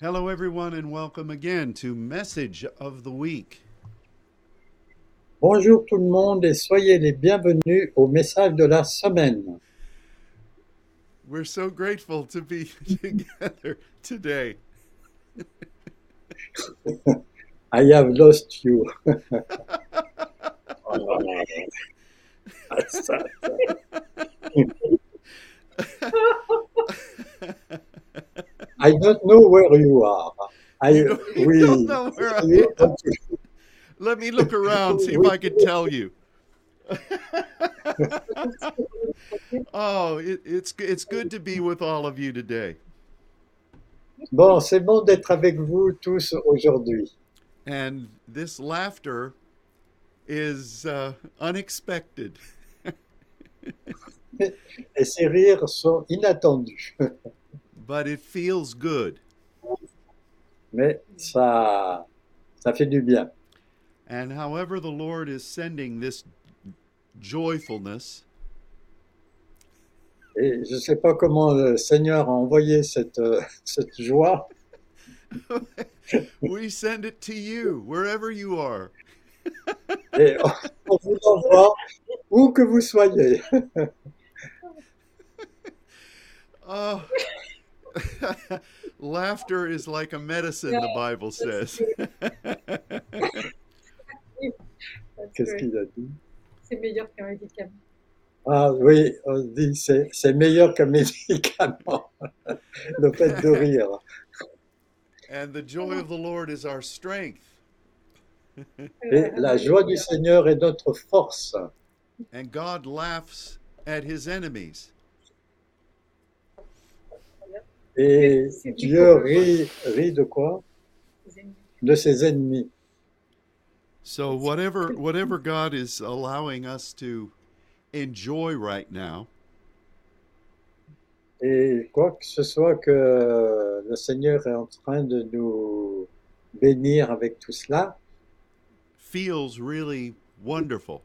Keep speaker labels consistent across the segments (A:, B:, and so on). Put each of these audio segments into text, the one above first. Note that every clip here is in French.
A: Hello, everyone, and welcome again to Message of the Week.
B: Bonjour tout le monde et soyez les bienvenus au message de la semaine.
A: We're so grateful to be together today.
B: I have lost you. I don't know where you are. I
A: You don't- you
B: oui.
A: don't know where I am.
B: Okay.
A: Let me look around, see if I can tell you. oh, it, it's it's good to be with all of you today,
B: Bon, c'est bon d'être avec vous tous aujourd'hui.
A: and this laughter is uh, unexpected.
B: Et ces rires sont inattendus,
A: but it feels good.
B: mais ça, ça fait du bien.
A: And however the Lord is sending this joyfulness,
B: Et je ne sais pas comment le Seigneur a envoyé cette, euh, cette joie.
A: we send it to you wherever you are.
B: Et on vous l'envoie où que vous soyez.
A: Oh. Laughter is like a medicine, the Bible says.
C: Parce que
B: Qu'est-ce qu'il a dit
C: c'est meilleur qu'un médicament.
B: Ah oui, on se dit c'est c'est meilleur qu'un médicament, le fait de rire.
A: and the joy of the Lord is our strength.
B: Et
C: Euh,
B: la joie du
C: Seigneur.
B: Seigneur est notre force.
A: And God laughs at his enemies.
B: Et
C: C'est du
B: Dieu
C: bon.
B: rit, rit de quoi De ses ennemis.
A: So whatever whatever God is allowing us to enjoy right now,
B: Et quoi que ce soit que le Seigneur est en train de nous bénir avec tout cela,
A: feels really wonderful.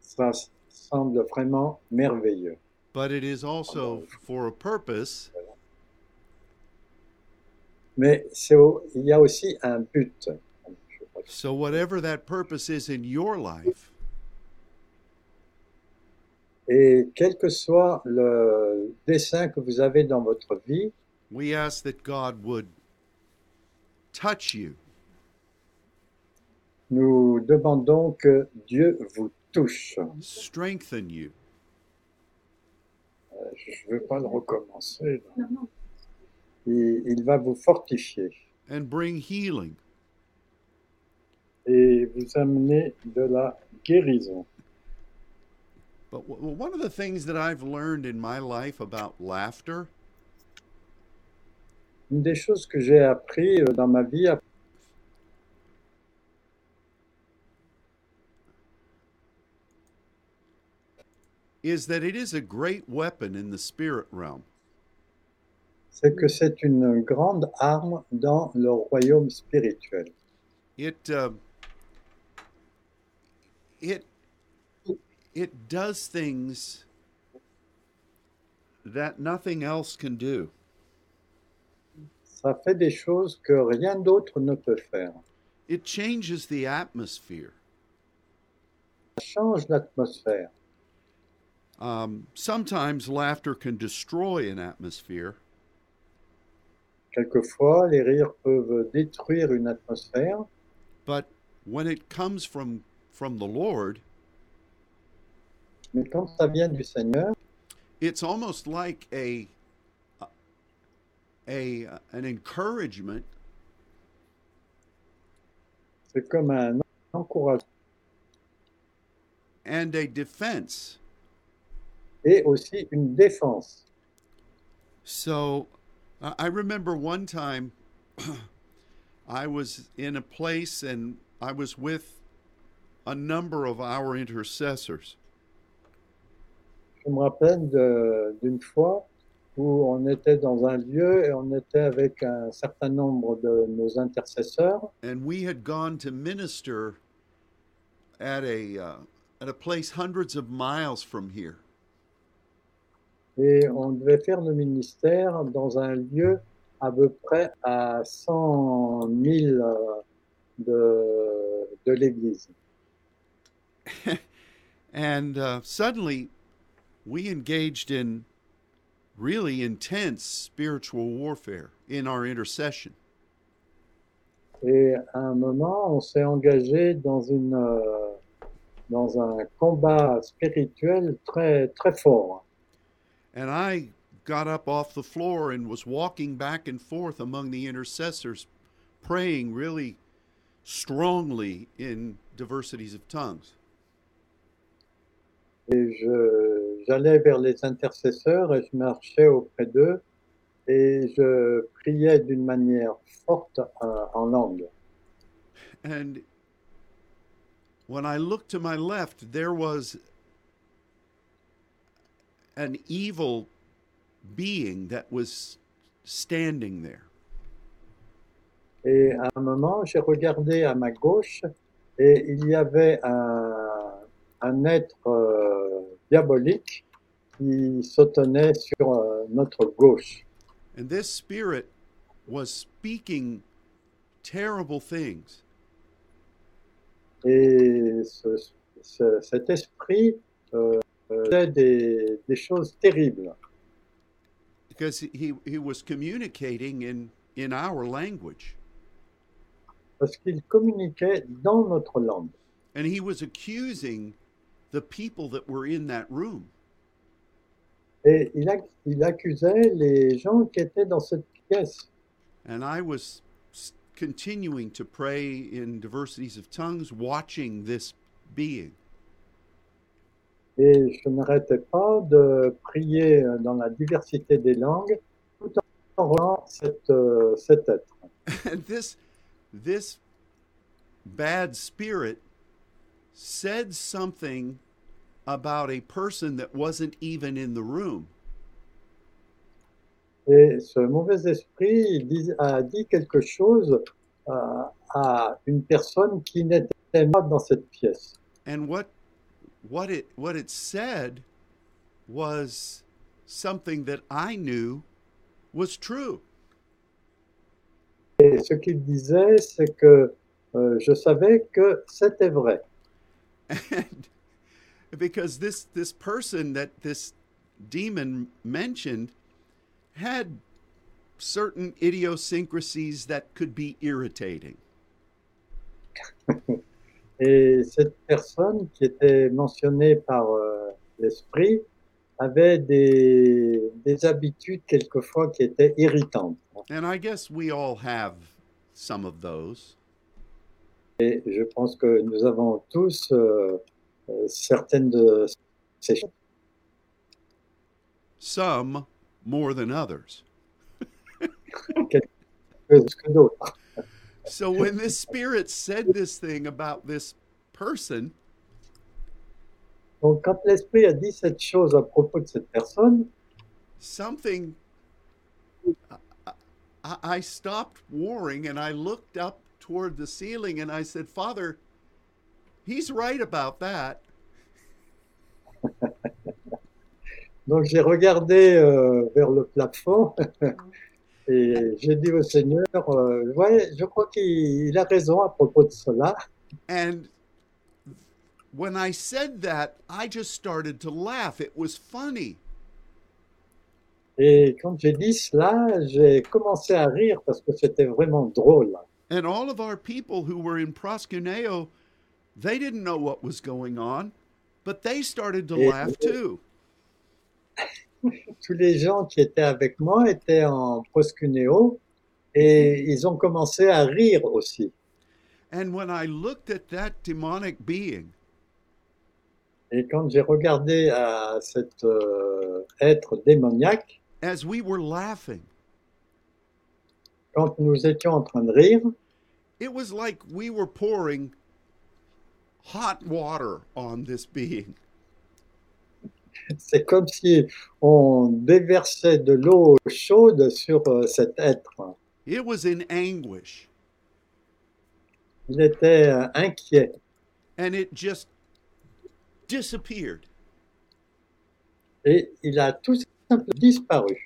B: ça semble vraiment merveilleux.
A: but it is also for a purpose
B: Mais c'est au- il y a aussi un but.
A: so whatever that purpose is in your life
B: Et quel que soit le dessein que vous avez dans votre vie,
A: we ask that god would touch you
B: nous demandons que Dieu vous touche.
A: strengthen you
B: Euh, Je ne veux pas le recommencer. là.
C: Non, non,
B: Il, il va vous fortifier
A: and bring healing
B: et vous amener de la guérison.
A: but w- w- one of the things that i've learned in my life about laughter
B: Une des choses que j'ai appris euh, dans ma vie, à-
A: is that it is a great weapon in the spirit realm
B: c'est que c'est une grande arme dans le royaume spirituel.
A: it um it it does things that nothing else can do
B: Ça fait des choses que rien d'autre ne peut faire.
A: it changes the atmosphere.
B: Ça change l'atmosphère.
A: Um, sometimes laughter can destroy an atmosphere,
B: Quelquefois, les rires peuvent détruire une atmosphère,
A: but when it comes from from the Lord,
B: mais quand ça vient du Seigneur,
A: it's almost like a a an encouragement
B: c'est comme un encouragement
A: and a defense.
B: et aussi une défense.
A: So I I remember one time I was in a place and I was with a number of our intercessors.
B: Je me rappelle de- d'une fois où on était dans un lieu et on était avec un certain nombre de nos intercesseurs
A: and we had gone to minister at a uh, at a place hundreds of miles from here
B: et on devait faire le ministère dans un lieu à peu près à 100 000 euh, de, de l'Église.
A: And uh, suddenly, we engaged in really intense spiritual warfare in our intercession.
B: Et à un moment, on s'est engagé dans une euh, dans un combat spirituel très très fort.
A: And I got up off the floor and was walking back and forth among the intercessors, praying really strongly in diversities of tongues.
B: Et je j'allais vers les intercesseurs et je marchais auprès d'eux et je priais d'une manière forte euh, en langue.
A: And when I looked to my left, there was an evil being that was standing there.
B: Et à un moment, j'ai regardé à ma gauche et il y avait un, un être euh, diabolique qui sautonnait sur euh, notre gauche.
A: And this spirit was speaking terrible things.
B: Et ce- ce- cet esprit euh, euh, faisait des, des choses terribles
A: because he, he was communicating in, in our language
B: parce qu'il communiquait dans notre langue.
A: and he was accusing the people that were in that room.
B: Et il, ac- il accusait les gens qui étaient dans cette pièce.
A: And I was s- continuing to pray in diversities of tongues, watching this being.
B: Et je n'arrêtais pas de prier euh, dans la diversité des langues tout en rendant cet, euh, cet être.
A: And this, this bad spirit said something about a person that wasn't even in the room.
B: Et ce mauvais esprit il dis- a dit quelque chose euh, à une personne qui n'était pas dans cette pièce.
A: and what what it what it said was something that I knew was true.
B: Et ce qu'il disait, c'est que euh, je savais que c'était vrai.
A: And because this this person that this demon mentioned had certain idiosyncrasies that could be irritating.
B: Et cette personne qui était mentionnée par euh, l'esprit avait des, des habitudes quelquefois qui étaient irritantes.
A: And I guess we all have some of those.
B: Et je pense que nous avons tous euh, euh, certaines de ces choses.
A: Some more than others.
B: plus que d'autres.
A: So when this spirit said this thing about this person,
B: Donc, quand l'esprit a dit cette chose à propos de cette personne,
A: something I- I, I stopped warring and I looked up toward the ceiling and I said, Father, he's right about that.
B: donc j'ai regardé euh, vers le plafond et j'ai dit au Seigneur, euh, ouais, je crois qu'il il a raison à propos de cela.
A: And when I said that, I just started to laugh. It was funny.
B: Et quand j'ai dit cela, j'ai commencé à rire parce que c'était vraiment drôle.
A: And all of our people who were in Proscuneo, they didn't know what was going on, but they started to
B: Yeah.
A: laugh too.
B: Tous les gens qui étaient avec moi étaient en proscuneo et ils ont commencé à rire aussi.
A: And when I looked at that demonic being,
B: Et quand j'ai regardé à cet euh, être démoniaque,
A: as we were laughing,
B: quand nous étions en train de rire,
A: it was like we were pouring hot water on this being.
B: c'est comme si on déversait de l'eau chaude sur euh, cet être.
A: It was in anguish
B: Il était euh, inquiet
A: and it just disappeared.
B: et il a tout simplement disparu.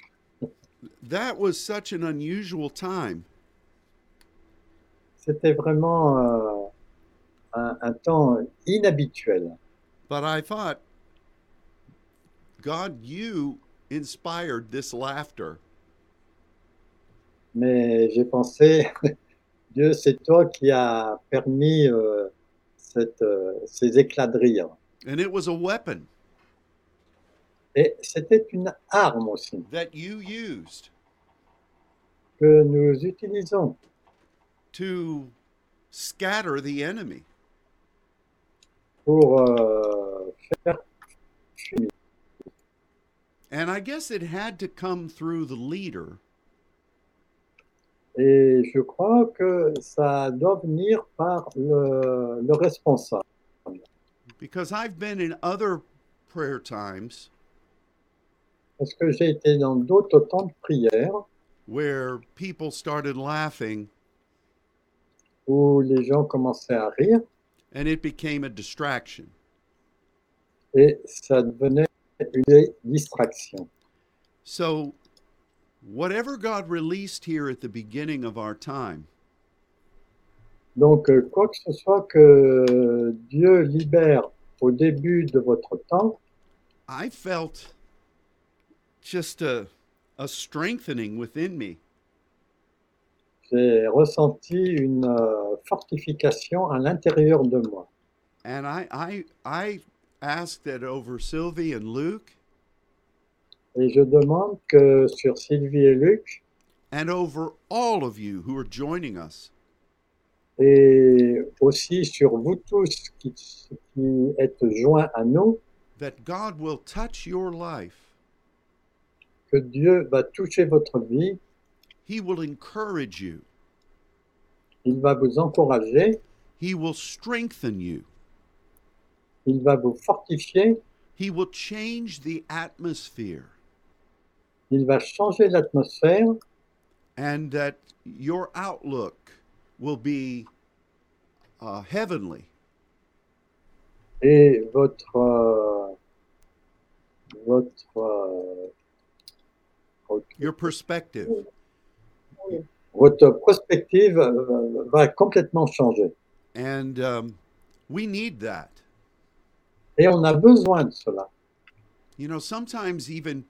A: that was such an unusual time.
B: C'était vraiment euh, un, un temps inhabituel.
A: But I thought, God, you inspired this laughter.
B: Mais j'ai pensé, Dieu, c'est toi qui as permis euh, cette, euh, ces éclats de rire.
A: And it was a weapon
B: Et c'était une arme aussi
A: that you used
B: que nous utilisons
A: to scatter the enemy.
B: pour euh, faire
A: And I guess it had to come through the leader.
B: Et je crois que ça doit venir par le, le responsable.
A: Because I've been in other prayer times
B: Parce que j'ai été dans d'autres temps de prière
A: where people started laughing
B: où les gens commençaient à rire
A: and it became a distraction.
B: et ça devenait une distraction.
A: So, whatever God released here at the beginning of our time,
B: Donc, euh, quoi que ce soit que Dieu libère au début de votre temps,
A: I felt just a, a strengthening within me.
B: j'ai ressenti une euh, fortification à l'intérieur de moi.
A: And I, I, I asked that over Sylvie and Luke
B: Et je demande que sur Sylvie et Luc,
A: and over all of you who are joining us,
B: et aussi sur vous tous qui, qui êtes joints à nous,
A: that God will touch your life.
B: que Dieu va toucher votre vie,
A: He will encourage you.
B: il va vous encourager,
A: He will strengthen you.
B: il va vous fortifier,
A: He will change the atmosphere.
B: il va changer l'atmosphère
A: And that your outlook will be uh, heavenly.
B: et votre euh, votre euh,
A: Your perspective
B: votre perspective euh, va complètement changer.
A: And um, we need that.
B: Et on a besoin de cela.
A: You know, sometimes even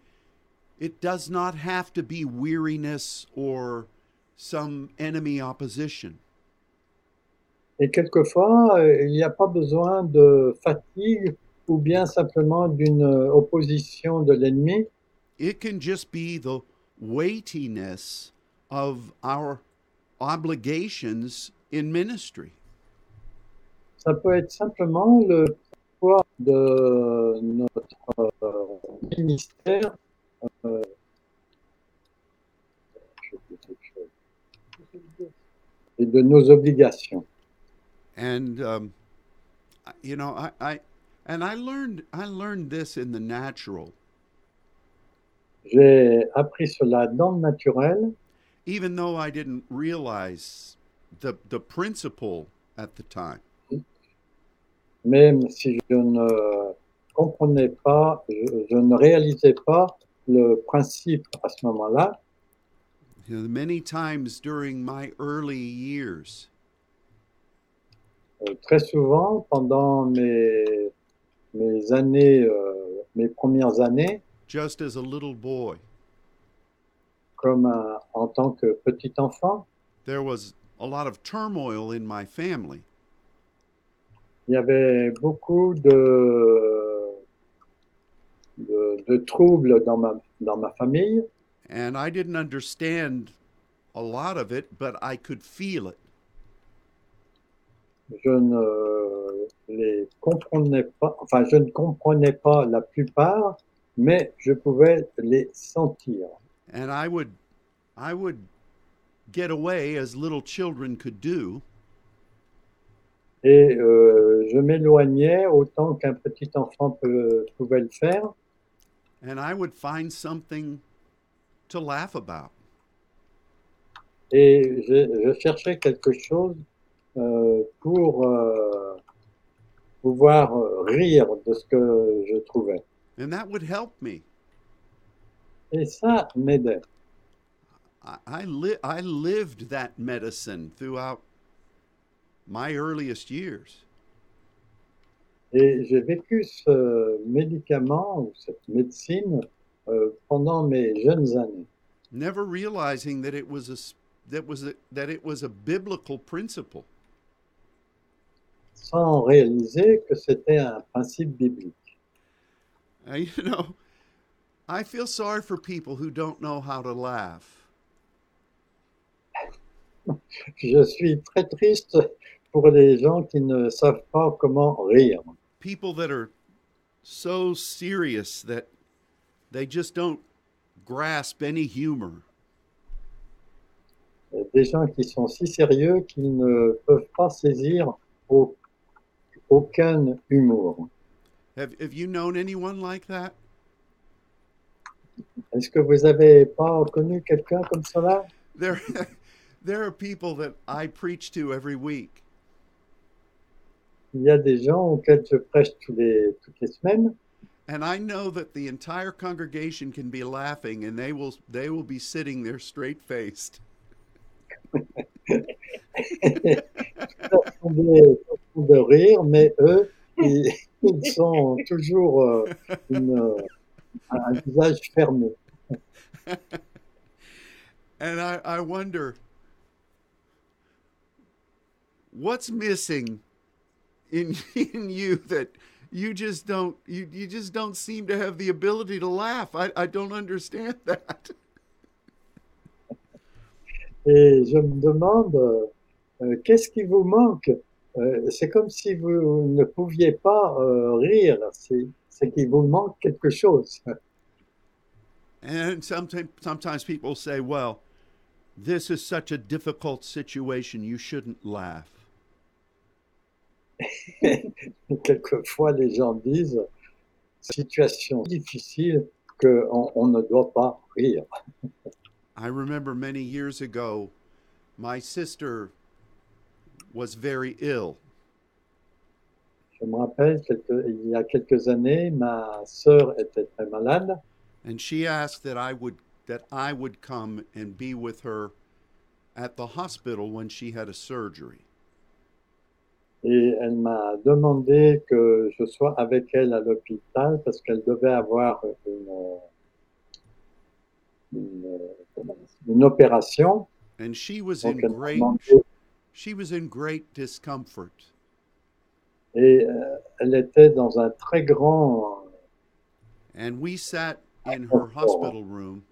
A: it does not have to be weariness or some enemy opposition.
B: Et quelquefois, euh, il n'y a pas besoin de fatigue ou bien simplement d'une euh, opposition de l'ennemi.
A: It can just be the weightiness of our obligations in ministry.
B: Ça peut être simplement le poids de notre euh, ministère. euh, je dis quelque chose. et de nos obligations.
A: And um, I- you know, I, I and I learned I learned this in the natural.
B: J'ai appris cela dans le naturel,
A: even though I didn't realize the the principle at the time.
B: même si je ne comprenais pas, je, je ne réalisais pas le principe à ce moment-là.
A: You know, many times during my early years,
B: Euh, très souvent, pendant mes, mes années, euh, mes premières années,
A: just as a little boy,
B: comme un- en tant que petit enfant,
A: there was a lot of turmoil in my family,
B: il y avait beaucoup de, de, de troubles dans ma, dans ma famille
A: and I didn't understand a lot of it, but I could feel it.
B: je ne les comprenais pas, enfin, je ne comprenais pas la plupart, mais je pouvais les sentir.
A: And I would I would get away as little children could do,
B: Et euh, je m'éloignais autant qu'un petit enfant peut- pouvait le faire,
A: and I would find something to laugh about.
B: et je, je cherchais quelque chose euh, pour euh, pouvoir euh, rire de ce que je trouvais.
A: And that would help me.
B: Et ça m'aidait.
A: I, I, li- I lived that medicine throughout my earliest years.
B: Et j'ai vécu ce médicament ou cette médecine euh, pendant mes jeunes années,
A: never realizing that it was a s- that was a, that it was a biblical principle.
B: sans réaliser que c'était un principe biblique.
A: Uh, you know, I feel sorry for people who don't know how to laugh.
B: Je suis très triste pour les gens qui ne savent pas comment rire.
A: People that are so serious that they just don't grasp any humor.
B: Des gens qui sont si sérieux qu'ils ne peuvent pas saisir au- aucun humour.
A: Have have you known anyone like that?
B: Est-ce que vous avez pas connu quelqu'un comme cela
A: There there are people that I preach to every week
B: Il y a des gens auxquels je prêche tous les, toutes les semaines
A: and I know that the entire congregation can be laughing and they will they will be sitting there straight-faced.
B: sont des- sont de rire, mais eux, ils, ils sont toujours euh, une, euh, un visage fermé.
A: And I, I wonder what's missing in in you that you just don't you, you just don't seem to have the ability to laugh. I, I don't understand that.
B: Et je me demande, euh, euh, qu'est-ce qui vous manque Euh, C'est comme si vous ne pouviez pas euh, rire, c'est c'est qu'il vous manque quelque chose.
A: And sometimes sometimes people say, Well, this is such a difficult situation, you shouldn't laugh.
B: Quelquefois, les gens disent, situation difficile, qu'on on ne doit pas rire.
A: I remember many years ago my sister was very ill.
B: Je me rappelle, quelques- il y a quelques années, ma sœur était très malade
A: and she asked that I would that I would come and be with her at the hospital when she had a surgery.
B: et elle m'a demandé que je sois avec elle à l'hôpital parce qu'elle devait avoir une, une, une opération.
A: And she was
B: Donc,
A: in
B: elle m'a
A: great
B: demandé-
A: she was in great discomfort.
B: et euh, elle était dans un très grand...
A: And we sat in her hospital room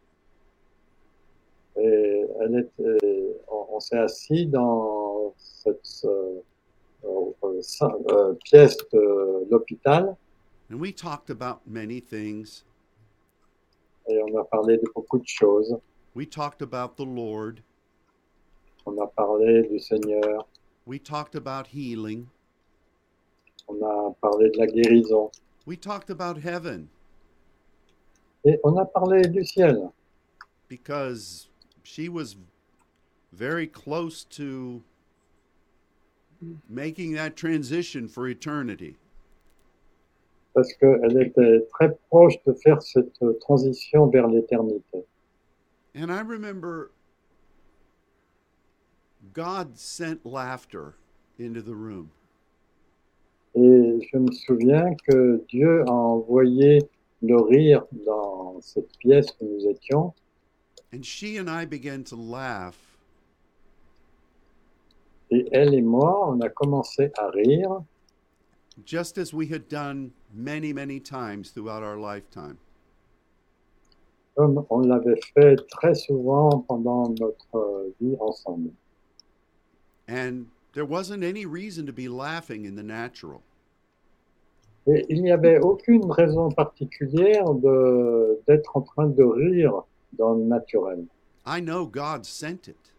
B: et elle était- on, on s'est assis dans cette euh, euh, sa- euh, pièce de l'hôpital
A: and we talked about many things.
B: et on a parlé de beaucoup de choses.
A: We talked about the Lord.
B: On a parlé du Seigneur,
A: We talked about healing.
B: on a parlé de la guérison
A: We talked about heaven
B: et on a parlé du ciel
A: because she was very close to making that transition for eternity.
B: parce qu'elle était très proche de faire cette transition vers l'éternité.
A: And I remember God sent laughter into the room.
B: Et je me souviens que Dieu a envoyé le rire dans cette pièce où nous étions
A: And she and I began to laugh.
B: et elle et moi, on a commencé à rire
A: Just as we had done many, many times throughout our lifetime.
B: comme on l'avait fait très souvent pendant notre euh, vie ensemble.
A: And there wasn't any reason to be laughing in the natural.
B: Et il n'y avait aucune raison particulière de- d'être en train de rire dans le naturel.
A: I know God sent it.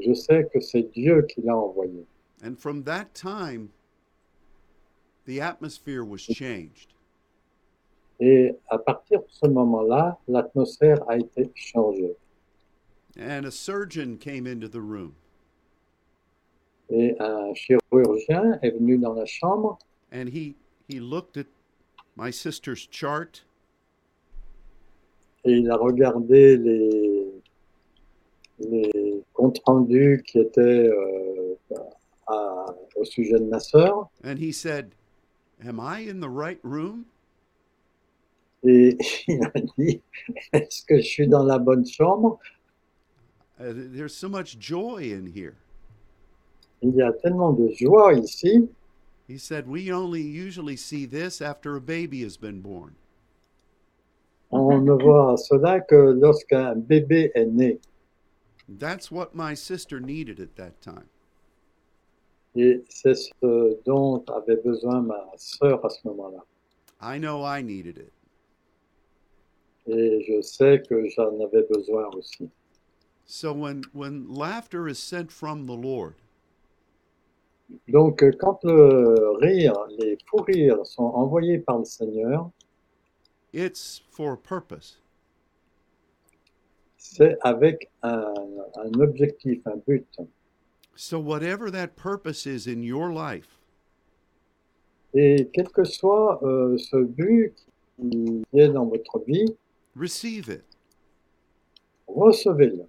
B: Je sais que c'est Dieu qui l'a envoyé.
A: And from that time, the atmosphere was changed.
B: Et à partir de ce moment-là, l'atmosphère a été changée.
A: And a surgeon came into the room.
B: Et un chirurgien est venu dans la chambre
A: and he he looked at my sister's chart
B: et il a regardé les les comptes rendus qui étaient euh, à- au sujet de Nasser
A: and he said, Am I in the right room?
B: et il a dit Est-ce que je suis dans la bonne chambre
A: Uh, there's so much joy in here.
B: Il y a tellement de joie ici.
A: He said, We only usually see this after a baby has been born.
B: On ne voit cela que lorsqu'un bébé est né.
A: That's what my sister needed at that time.
B: Et c'est ce dont avait besoin ma sœur à ce moment-là.
A: I know I needed it.
B: Et je sais que j'en avais besoin aussi.
A: So when, when laughter is sent from the Lord,
B: Donc, euh, quand le rire, les fous rires sont envoyés par le Seigneur,
A: it's for a purpose.
B: c'est avec un, un objectif, un but.
A: So whatever that purpose is in your life,
B: Et quel que soit euh, ce but qui est dans votre vie,
A: receive it.
B: recevez-le.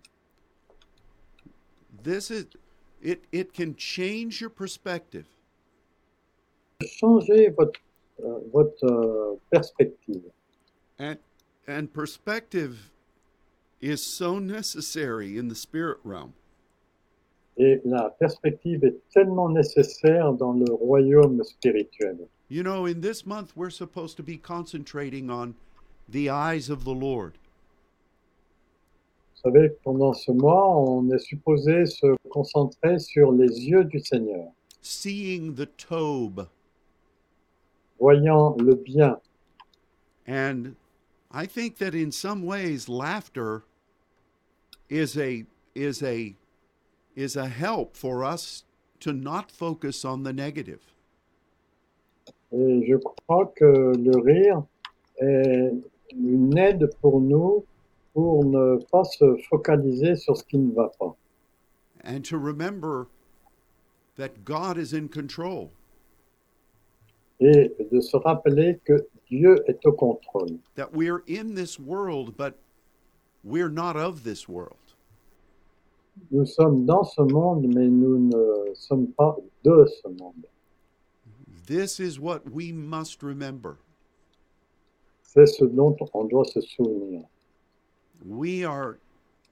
A: This is it it can change your perspective.
B: Changez votre, euh, votre euh, perspective.
A: And and perspective is so necessary in the spirit realm.
B: Et la perspective est tellement nécessaire dans le royaume spirituel.
A: You know, in this month we're supposed to be concentrating on the eyes of the Lord.
B: Vous savez, pendant ce mois, on est supposé se concentrer sur les yeux du Seigneur,
A: seeing the Tob.
B: voyant le bien
A: And I think that in some ways laughter is a is a is a help for us to not focus on the negative.
B: Et je crois que le rire est une aide pour nous pour ne pas se focaliser sur ce qui ne va pas
A: And to remember that God is in control,
B: et de se rappeler que Dieu est au contrôle,
A: that we're in this world, but we're not of this world.
B: nous sommes dans ce monde, mais nous ne sommes pas de ce monde.
A: This is what we must remember.
B: C'est ce dont on doit se souvenir.
A: We are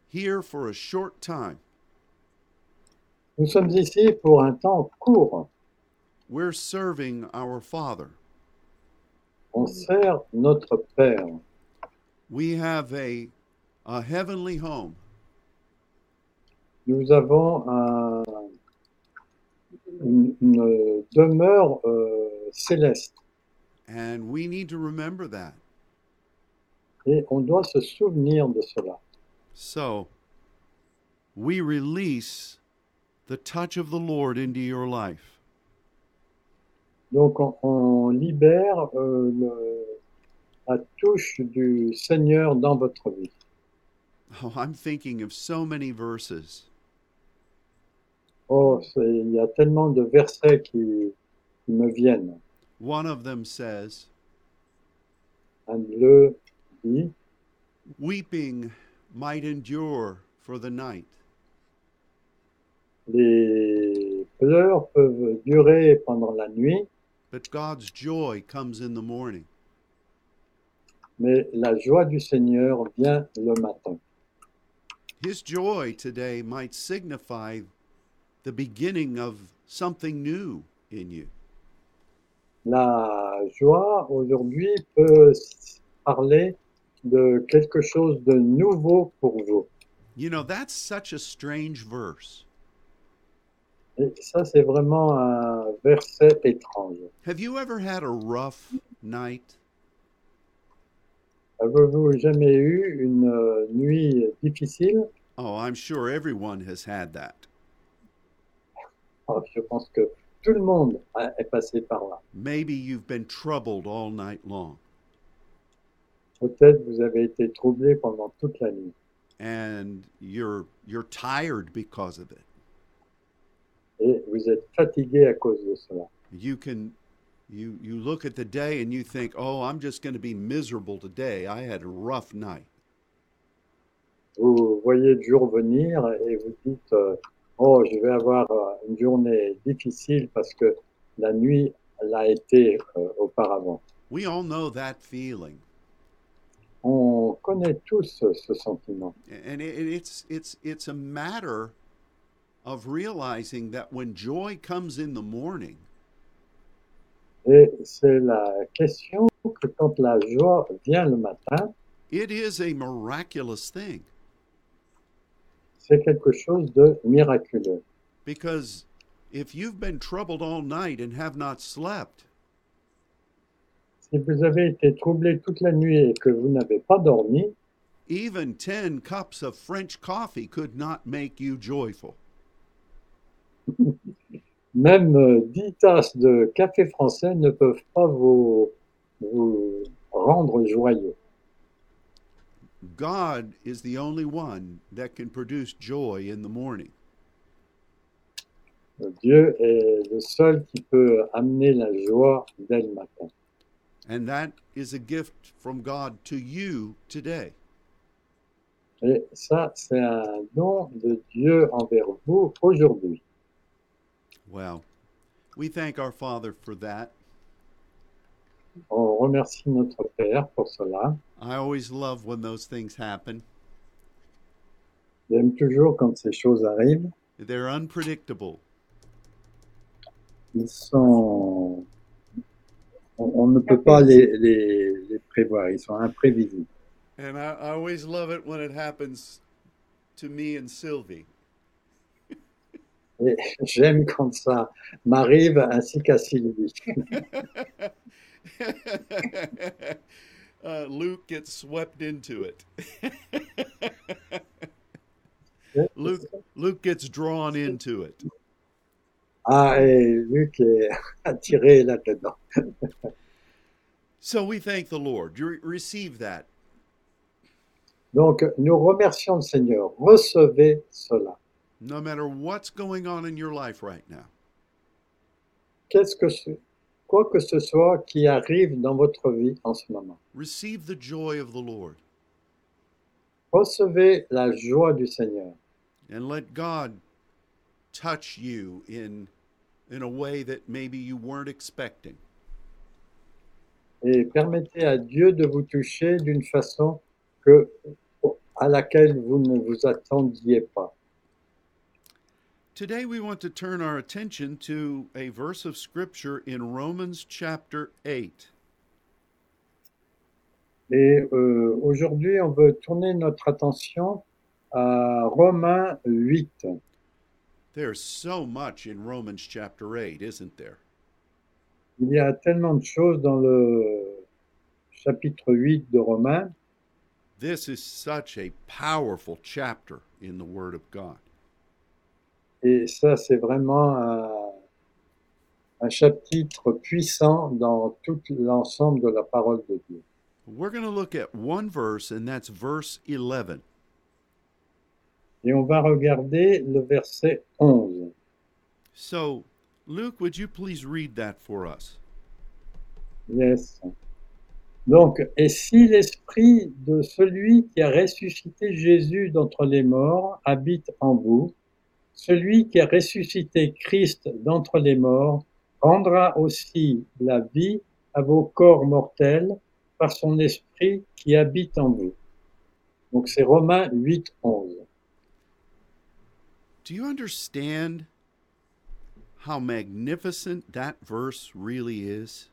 A: here for a short time.
B: Nous sommes ici pour un temps court.
A: We're serving our Father.
B: On sert notre Père.
A: We have a, a heavenly home.
B: Nous avons un- une, une demeure euh, céleste.
A: And we need to remember that.
B: Et on doit se souvenir de cela.
A: So we release the touch of the Lord into your life.
B: Donc on, on libère euh, le- la touche du Seigneur dans votre vie.
A: Oh, I'm thinking of so many verses.
B: Oh, c'est- il y a tellement de versets qui, qui me viennent.
A: One of them says,
B: Un bleu dit,
A: Weeping might endure for the night,
B: les pleurs peuvent durer pendant la nuit,
A: but God's joy comes in the morning.
B: mais la joie du Seigneur vient le matin.
A: His joy today might signify the beginning of something new in you.
B: La joie aujourd'hui peut parler de quelque chose de nouveau pour vous.
A: You know, that's such a strange verse.
B: Et ça, c'est vraiment un verset étrange.
A: Have you ever had a rough night?
B: Avez-vous jamais eu une euh, nuit difficile
A: Oh, I'm sure everyone has had that.
B: Oh, Je pense que tout le monde a- est passé par là.
A: Maybe you've been troubled all night long
B: Peut-être vous avez été troublé pendant toute la nuit
A: and you're you're tired because of it.
B: et vous êtes fatigué à cause de cela.
A: You can you you look at the day and you think, "Oh, I'm just going to be miserable today. I had a rough night."
B: Vous voyez le jour venir et vous dites euh, Oh, je vais avoir euh, une journée difficile parce que la nuit l'a été euh, auparavant.
A: We all know that feeling,
B: On connaît tous ce sentiment.
A: and it, it- it's it's it's a matter of realizing that when joy comes in the morning,
B: Et c'est la question que quand la joie vient le matin,
A: it is a miraculous thing
B: c'est quelque chose de miraculeux.
A: because if you've been troubled all night and have not slept,
B: Si vous avez été troublé toute la nuit et que vous n'avez pas dormi,
A: even 10 cups of French coffee could not make you joyful.
B: même euh, 10 tasses de café français ne peuvent pas vous, vous rendre joyeux.
A: God is the only one that can produce joy in the morning.
B: Euh, Dieu est le seul qui peut amener la joie dès le matin.
A: And that is a gift from God to you today.
B: Et ça, c'est un don de Dieu envers vous aujourd'hui.
A: Well, we thank our Father for that.
B: On remercie notre Père pour cela.
A: I always love when those things happen.
B: J'aime toujours quand ces choses arrivent.
A: They're unpredictable.
B: Ils sont... On, on ne peut pas les, les, les prévoir. Ils sont imprévisibles.
A: And I, I always love it when it happens to me and Sylvie.
B: Et j'aime quand ça m'arrive ainsi qu'à Sylvie.
A: uh, Luke gets swept into it. Luke, Luke gets drawn into it.
B: Ah, et Luc est attiré là-dedans.
A: So we thank the Lord. You re- receive that.
B: Donc, nous remercions le Seigneur. Recevez cela.
A: No matter what's going on in your life right now,
B: Qu'est-ce que ce, quoi que ce soit qui arrive dans votre vie en ce moment.
A: receive the joy of the Lord
B: Recevez la joie du Seigneur
A: and let God touch you in in a way that maybe you weren't expecting.
B: et permettez à Dieu de vous toucher d'une façon que, à laquelle vous ne vous attendiez pas.
A: Today we want to turn our attention to a verse of scripture in Romans chapter 8.
B: Et euh, aujourd'hui, on veut tourner notre attention à Romains 8.
A: There's so much in Romans chapter 8, isn't there?
B: Il y a tellement de choses dans le chapitre 8 de Romains.
A: This is such a powerful chapter in the Word of God.
B: Et ça, c'est vraiment un, un chapitre puissant dans tout l'ensemble de la parole de Dieu.
A: We're going to look at one verse, and that's verse 11.
B: Et on va regarder le verset 11.
A: So, Luke, would you please read that for us?
B: Yes. Donc, et si l'esprit de celui qui a ressuscité Jésus d'entre les morts habite en vous, celui qui a ressuscité Christ d'entre les morts rendra aussi la vie à vos corps mortels par son esprit qui habite en vous. Donc c'est Romains 8, 11.
A: Do you understand how magnificent that verse really is?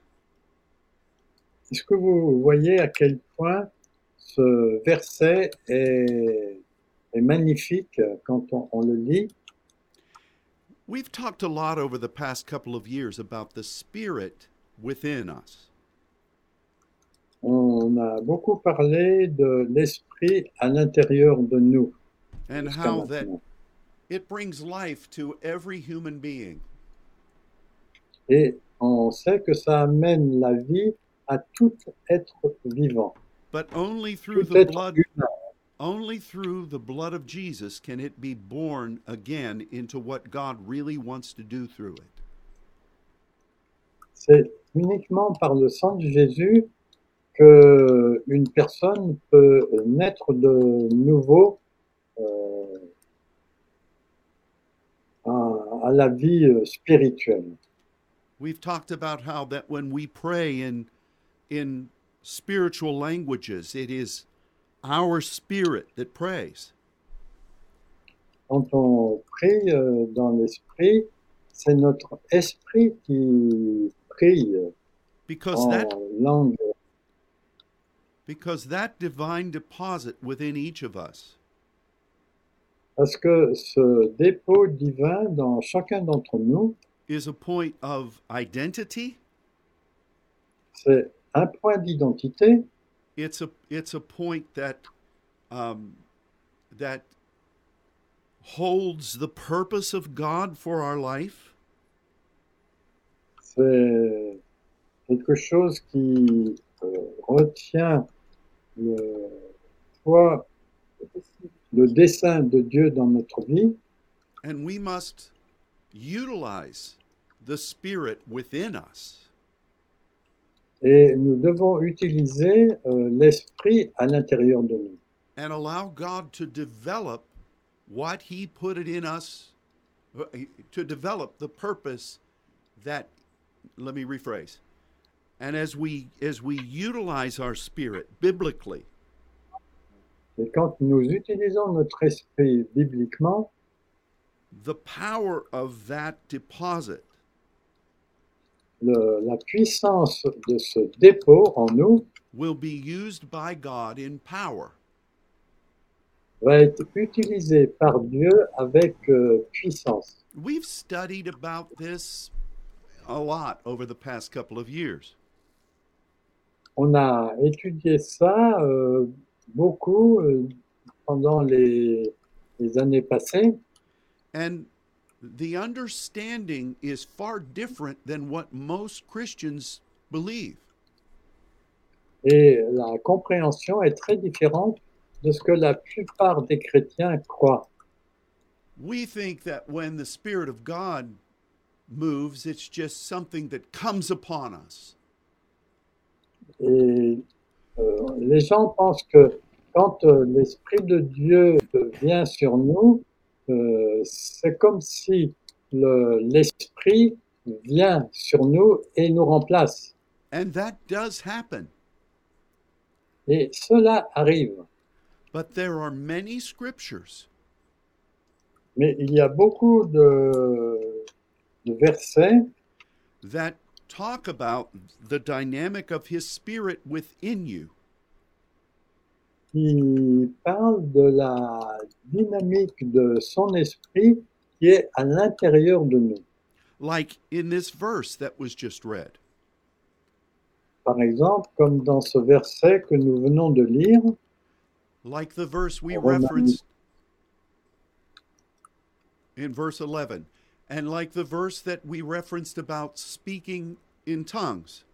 B: Est-ce que vous voyez à quel point ce verset est, est magnifique quand on- on le lit
A: We've talked a lot over the past couple of years about the Spirit within us.
B: On a beaucoup parlé de l'esprit à l'intérieur de nous.
A: and
B: jusqu'à
A: how that
B: maintenant.
A: it brings life to every human being.
B: Et on sait que ça amène la vie à tout être vivant.
A: But only through
B: Tout
A: the
B: être
A: blood,
B: humain.
A: only through the blood of Jesus can it be born again into what God really wants to do through it.
B: C'est uniquement par le sang de Jésus que une personne peut naître de nouveau euh, la vie euh, spirituelle.
A: We've talked about how that when we pray in in spiritual languages, it is our spirit that prays.
B: Quand on prie euh, dans l'esprit, c'est notre esprit qui prie
A: Because
B: en
A: that
B: langue,
A: because that divine deposit within each of us
B: parce que ce dépôt divin dans chacun d'entre nous,
A: is a point of identity.
B: c'est un point d'identité,
A: It's a it's a point that um, that holds the purpose of God for our life.
B: c'est quelque chose qui euh, retient le poids, le dessein de Dieu dans notre vie,
A: And we must utilize the Spirit within us.
B: et nous devons utiliser euh, l'esprit à l'intérieur de nous
A: and allow God to develop what He put it in us, uh, to develop the purpose that. Let me rephrase. And as we as we utilize our spirit biblically,
B: Et quand nous utilisons notre esprit bibliquement,
A: the power of that deposit
B: le- la puissance de ce dépôt en nous
A: will be used by God in power.
B: va être utilisée par Dieu avec euh, puissance.
A: We've studied about this a lot over the past couple of years.
B: On a étudié ça euh, beaucoup euh, pendant les, les années passées
A: And the understanding is far different than what most Christians believe.
B: et la compréhension est très différente de ce que la plupart des chrétiens croient.
A: We think that when the Spirit of God moves, it's just something that comes upon us.
B: Et euh, les gens pensent que quand euh, l'Esprit de Dieu euh, vient sur nous, euh, c'est comme si le- l'Esprit vient sur nous et nous remplace.
A: And that does happen.
B: Et cela arrive.
A: But there are many scriptures
B: Mais il y a beaucoup de, de versets
A: that talk about the dynamic of His Spirit within you.
B: qui parlent de la dynamique de son esprit qui est à l'intérieur de nous.
A: Like in this verse that was just read,
B: Par exemple, comme dans ce verset que nous venons de lire,
A: like the verse we
B: Romans.
A: referenced in verse 11, and like the verse that we referenced about speaking in tongues.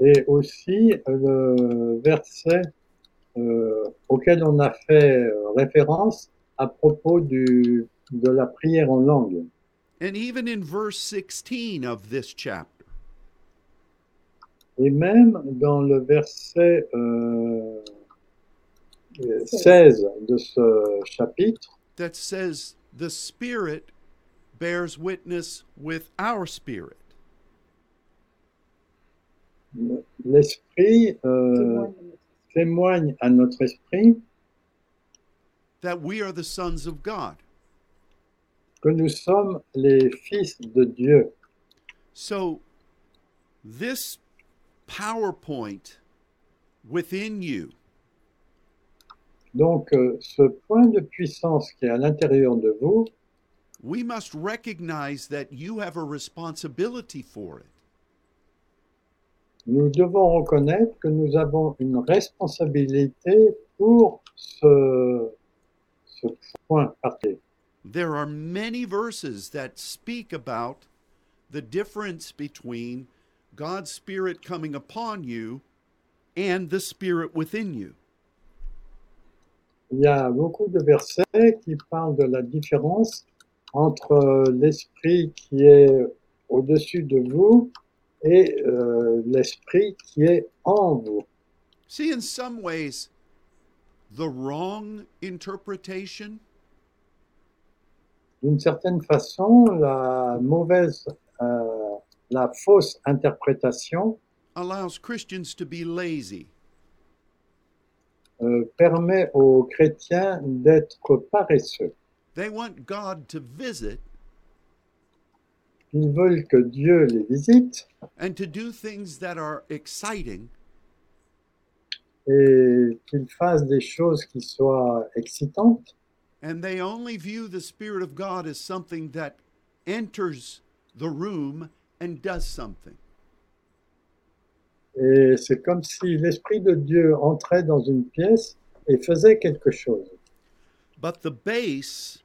B: et aussi euh, le verset euh, auquel on a fait euh, référence à propos du, de la prière en langue.
A: And even in verse 16 of this chapter,
B: Et même dans le verset euh, euh, 16 de ce chapitre,
A: that says, The Spirit bears witness with our spirit.
B: l'esprit euh, témoigne à notre esprit
A: That we are the sons of God.
B: que nous sommes les fils de Dieu.
A: So, this PowerPoint within you
B: Donc euh, ce point de puissance qui est à l'intérieur de vous,
A: we must recognize that you have a responsibility for it.
B: nous devons reconnaître que nous avons une responsabilité pour ce, ce point parfait.
A: There are many verses that speak about the difference between God's Spirit coming upon you and the Spirit within you.
B: Il y a beaucoup de versets qui parlent de la différence entre euh, l'esprit qui est au-dessus de vous et euh, l'esprit qui est en vous.
A: See, in some ways, the wrong interpretation
B: d'une certaine façon, la mauvaise, euh, la fausse interprétation
A: allows Christians to be lazy.
B: euh, permet aux chrétiens d'être paresseux.
A: They want God to visit
B: Ils veulent que Dieu les visite
A: and to do things that are exciting,
B: et qu'il fasse des choses qui soient excitantes,
A: and they only view the Spirit of God as something that enters the room and does something.
B: et c'est comme si l'Esprit de Dieu entrait dans une pièce et faisait quelque chose.
A: But the base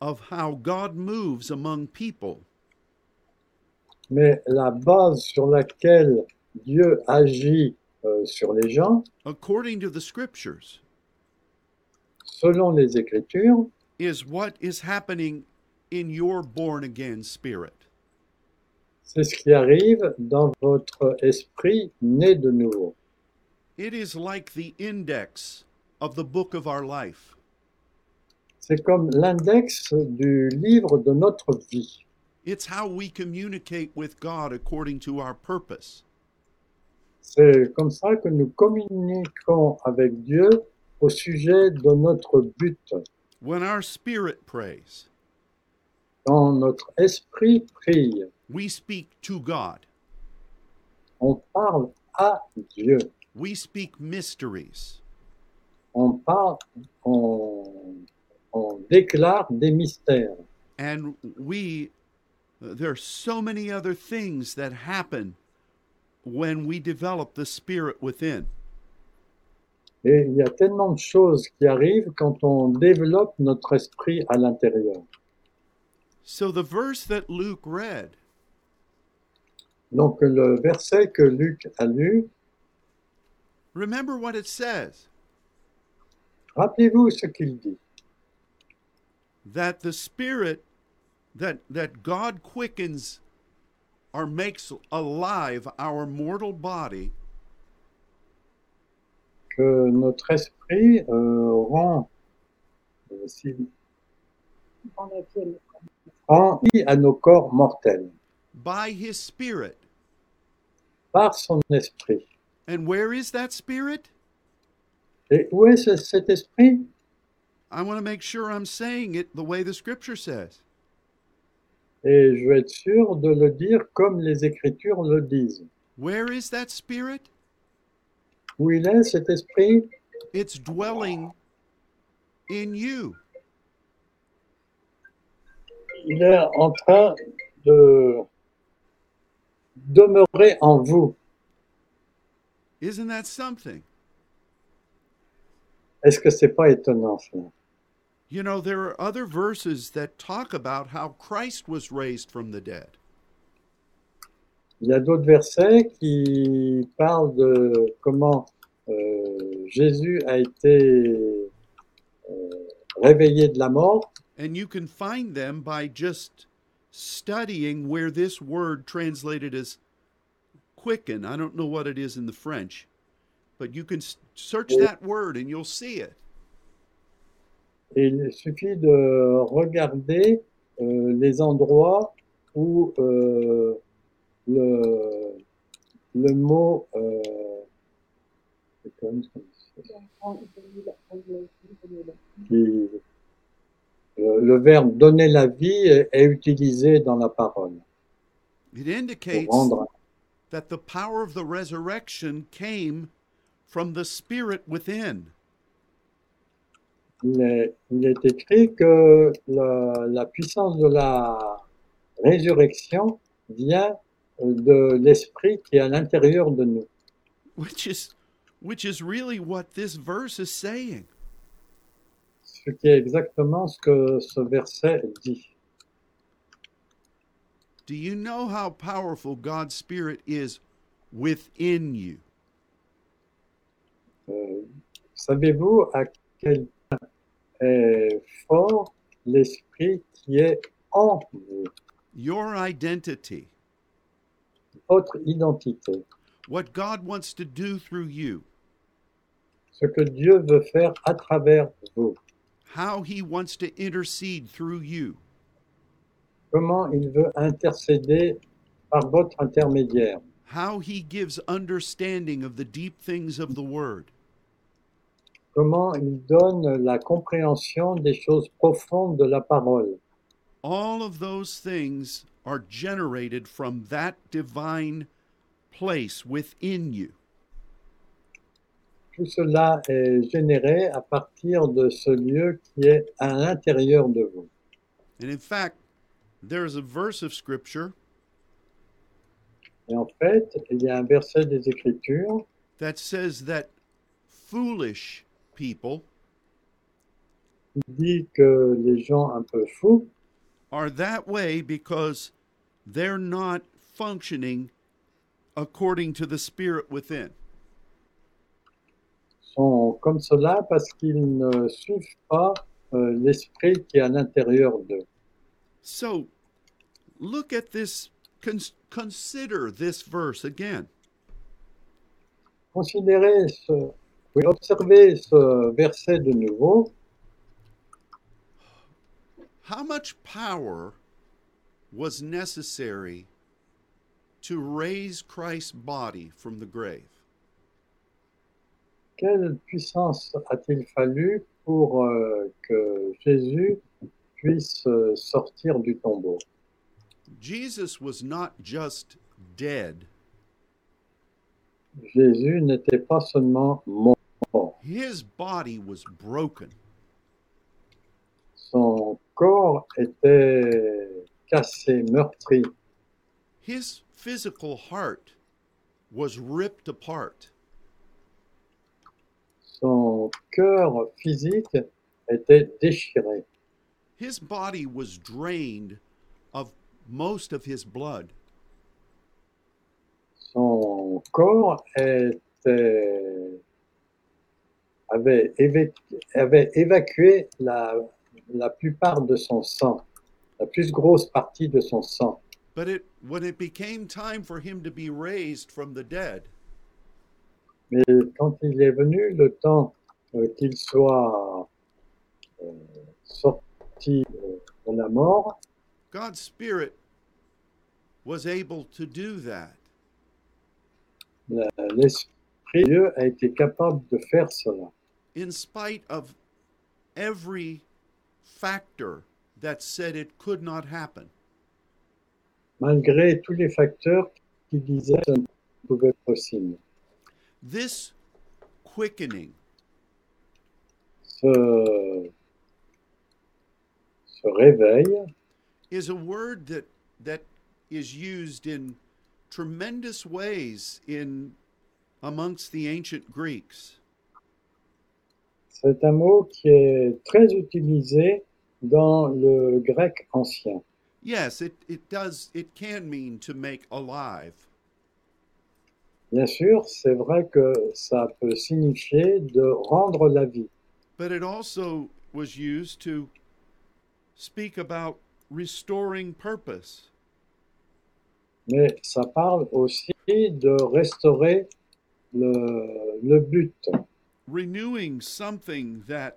A: of how God moves among people
B: Mais la base sur laquelle Dieu agit euh, sur les gens,
A: according to the scriptures,
B: selon les Écritures,
A: is what is happening in your born again spirit.
B: c'est ce qui arrive dans votre esprit né de nouveau.
A: It is like the index of the book of our life.
B: C'est comme l'index du livre de notre vie.
A: It's how we communicate with God according to our purpose.
B: C'est comme ça que nous communiquons avec Dieu au sujet de notre but.
A: When our spirit prays,
B: Quand notre esprit prie,
A: we speak to God.
B: on parle à Dieu,
A: We speak mysteries.
B: on parle, on, on déclare des mystères.
A: And we, uh, there are so many other things that happen when we develop the spirit within.
B: Et il y a tellement de choses qui arrivent quand on développe notre esprit à l'intérieur.
A: So the verse that Luke read
B: Donc le verset que Luc a lu,
A: Remember what it says
B: rappelez-vous ce qu'il dit.
A: that the spirit that that God quickens or makes alive our mortal body
B: que notre esprit euh, rend, euh, si-
C: dans la ville.
B: rend vie à nos corps mortels
A: by his spirit.
B: par son esprit.
A: And where is that spirit?
B: Et où est ce- cet esprit
A: I want to make sure I'm saying it the way the scripture says.
B: Et je vais être sûr de le dire comme les Écritures le disent.
A: Where is that spirit?
B: Où il est cet esprit
A: It's dwelling in you.
B: Il est en train de demeurer en vous.
A: Isn't that something?
B: Est-ce que c'est pas étonnant ça
A: You know, there are other verses that talk about how Christ was raised from the dead.
B: Il y a d'autres versets qui parlent de comment euh, Jésus a été euh, réveillé de la mort
A: And you can find them by just studying where this word translated as quicken. I don't know what it is in the French, but you can s- search that word and you'll see it.
B: et il suffit de regarder euh, les endroits où euh, le, le mot euh, c'est comme ça,
C: En ville, en ville, en ville.
B: qui- le, le verbe donner la vie est, est utilisé dans la parole
A: It
B: pour
A: indicates
B: rendre
A: that the power of the resurrection came from the spirit within.
B: il est, il est écrit que la, la puissance de la résurrection vient euh, de l'esprit qui est à l'intérieur de nous.
A: which is which is really what this verse is saying
B: Ce qui est exactement ce que ce verset dit.
A: do you know how powerful god's spirit is within you
B: Euh, Savez-vous à quel point est fort l'esprit qui est en vous,
A: your identity
B: votre identité,
A: what god wants to do through you
B: ce que Dieu veut faire à travers vous,
A: how he wants to intercede through you
B: comment il veut intercéder par votre intermédiaire,
A: how he gives understanding of the deep things of the word.
B: comment il donne la compréhension des choses profondes de la parole.
A: All of those things are generated from that divine place within you.
B: Tout cela est généré à partir de ce lieu qui est à l'intérieur de vous.
A: And in fact, there is a verse of scripture
B: Et en fait, il y a un verset des Écritures
A: that says that foolish people
B: qui dit que les gens un peu fous
A: are that way because they're not functioning according to the spirit within.
B: sont comme cela parce qu'ils ne suivent pas euh, l'esprit qui est à l'intérieur d'eux.
A: So look at this, cons- consider this verse again.
B: Considérez ce, oui, observez ce verset de nouveau.
A: How much power was necessary to raise Christ's body from the grave?
B: Quelle puissance a-t-il fallu pour euh, que Jésus puisse euh, sortir du tombeau
A: Jesus was not just dead,
B: Jésus n'était pas seulement mort,
A: his body was broken.
B: son corps était cassé, meurtri,
A: His physical heart was ripped apart.
B: son cœur physique était déchiré,
A: His body was drained of most of his blood.
B: son corps était- avait, évé- avait évacué la, la plupart de son sang, la plus grosse partie de son sang.
A: But it, when it became time for him to be raised from the dead,
B: Mais quand il est venu le temps euh, qu'il soit euh, sorti euh, de la mort,
A: God's Spirit was able to do that.
B: la- l'Esprit de Dieu a été capable de faire cela,
A: in spite of every factor that said it could not happen.
B: malgré tous les facteurs qui disaient que ça ne pouvait être possible.
A: This quickening,
B: Ce, ce réveil
A: is a word that that is used in tremendous ways in amongst the ancient Greeks.
B: C'est un mot qui est très utilisé dans le grec ancien.
A: Yes, it, it does it can mean to make alive,
B: Bien sûr, c'est vrai que ça peut signifier de rendre la vie,
A: but it also was used to speak about restoring purpose.
B: mais ça parle aussi de restaurer le, le but,
A: renewing something that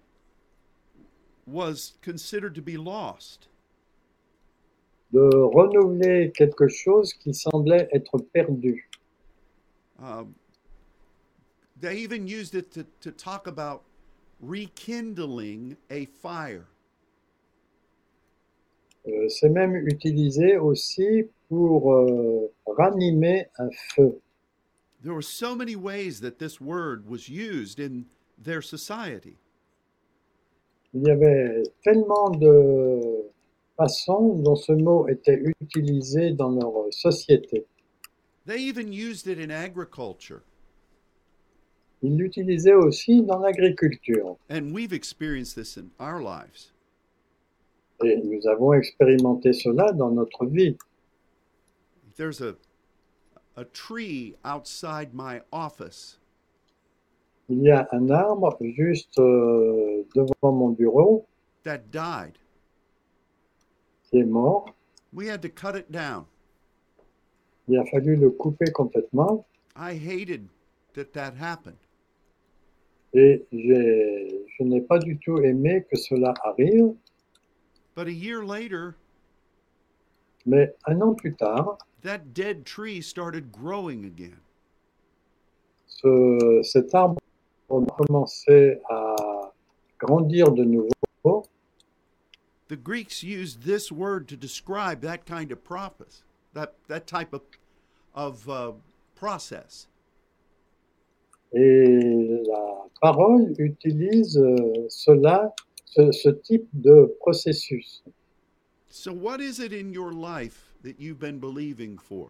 A: was considered to be lost.
B: de renouveler quelque chose qui semblait être perdu.
A: Um, they even used it to, to talk about rekindling a fire.
B: Euh, c'est même utilisé aussi pour euh, ranimer un feu.
A: There were so many ways that this word was used in their society.
B: Il y avait tellement de façons dont ce mot était utilisé dans leur société.
A: They even used it in agriculture,
B: Ils l'utilisaient aussi dans l'agriculture.
A: and we've experienced this in our lives.
B: Et nous avons expérimenté cela dans notre vie.
A: There's a a tree outside my office
B: Il y a un arbre juste euh, devant mon bureau
A: that died.
B: qui est mort.
A: We had to cut it down.
B: Il a fallu le couper complètement
A: I hated that that happened.
B: et j'ai- je n'ai pas du tout aimé que cela arrive.
A: But a year later,
B: Mais un an plus tard,
A: that dead tree started growing again.
B: ce- cet arbre a commencé à grandir de nouveau.
A: The Greeks used this word to describe that kind of propos, that, that type of, of uh, process.
B: Et la parole utilise euh, cela, ce, ce type de processus.
A: So, what is it in your life that you've been believing for?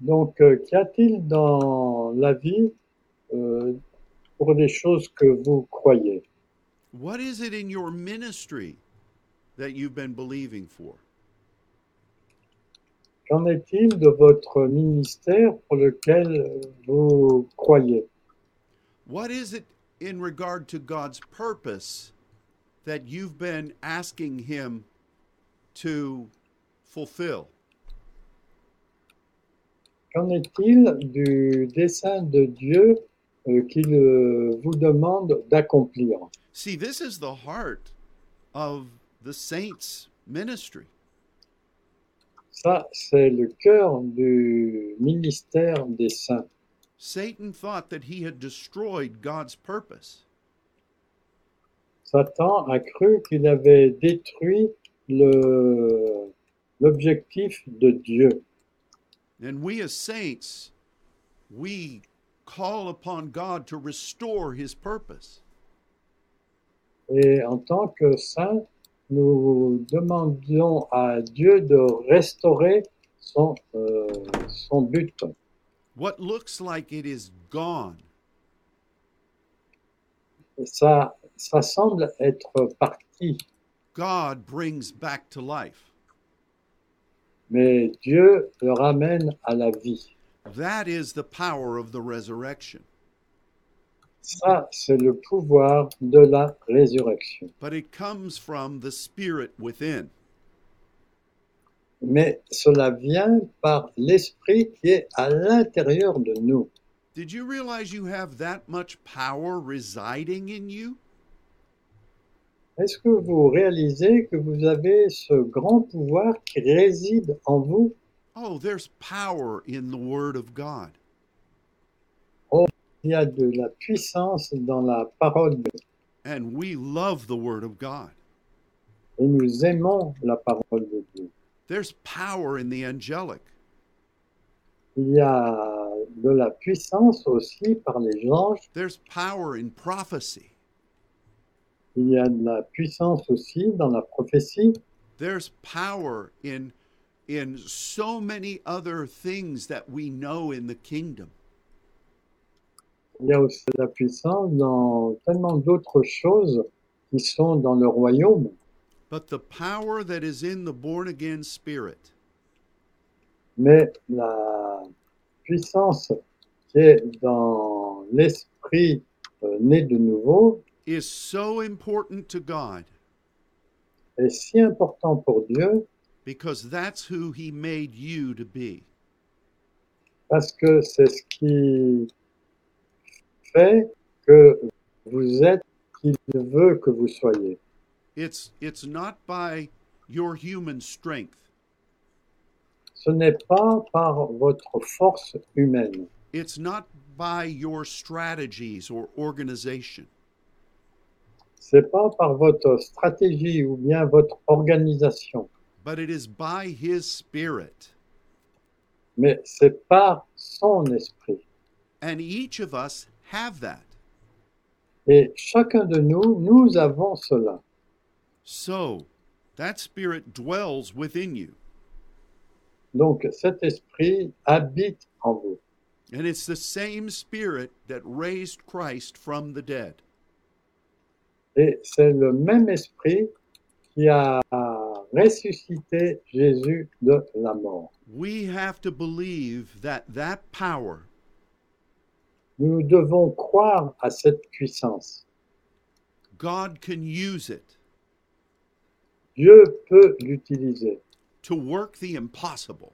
B: Donc, euh, qu'y a-t-il dans la vie euh, pour les choses que vous croyez
A: What is it in your ministry that you've been believing for?
B: Qu'en est-il de votre ministère pour lequel vous croyez
A: What is it in regard to God's purpose that you've been asking Him to fulfill?
B: Qu'en est-il du dessein de Dieu euh, qu'il euh, vous demande d'accomplir
A: See, this is the heart of the saints' ministry.
B: Ça, c'est le cœur du ministère des saints.
A: Satan thought that he had destroyed God's purpose.
B: Satan a cru qu'il avait détruit le- l'objectif de Dieu.
A: And we, as saints, we call upon God to restore his purpose.
B: Et en tant que saints, nous demandions à Dieu de restaurer son, euh, son but.
A: What looks like it is gone
B: Ça, ça semble être parti,
A: God brings back to life.
B: mais Dieu le ramène à la vie.
A: That is the power of the resurrection.
B: Ça, c'est le pouvoir de la résurrection.
A: But it comes from the spirit within.
B: Mais cela vient par l'esprit qui est à l'intérieur de nous.
A: Did you realize you have that much power residing in you?
B: Est-ce que vous réalisez que vous avez ce grand pouvoir qui réside en vous
A: Oh, there's power in the Word of God.
B: Il y a de la puissance dans la parole de
A: And we love the Word of God.
B: et nous aimons la parole de Dieu.
A: There's power in the angelic.
B: Il y a de la puissance aussi par les anges,
A: There's power in prophecy.
B: il y a de la puissance aussi dans la prophétie,
A: There's power in in so many other things that we know in the kingdom.
B: il y a aussi de la puissance dans tellement d'autres choses qui sont dans le royaume.
A: But the power that is in the born again spirit
B: Mais la puissance qui est dans l'esprit euh, né de nouveau
A: is so important to God
B: est si important pour Dieu
A: because that's who he made you to be.
B: parce que c'est ce qui fait que vous êtes qu'il veut que vous soyez.
A: It's it's not by your human strength.
B: Ce n'est pas par votre force humaine.
A: It's not by your strategies or organization.
B: C'est pas par votre stratégie ou bien votre organisation,
A: but it is by his spirit.
B: mais c'est par son esprit.
A: And each of us have that.
B: Et chacun de nous, nous avons cela.
A: So that spirit dwells within you.
B: Donc cet esprit habite en vous.
A: And it's the same spirit that raised Christ from the dead.
B: Et c'est le même esprit qui a ressuscité Jésus de la mort.
A: We have to believe that that power
B: Nous devons croire à cette puissance.
A: God can use it
B: Dieu peut l'utiliser
A: to work the impossible.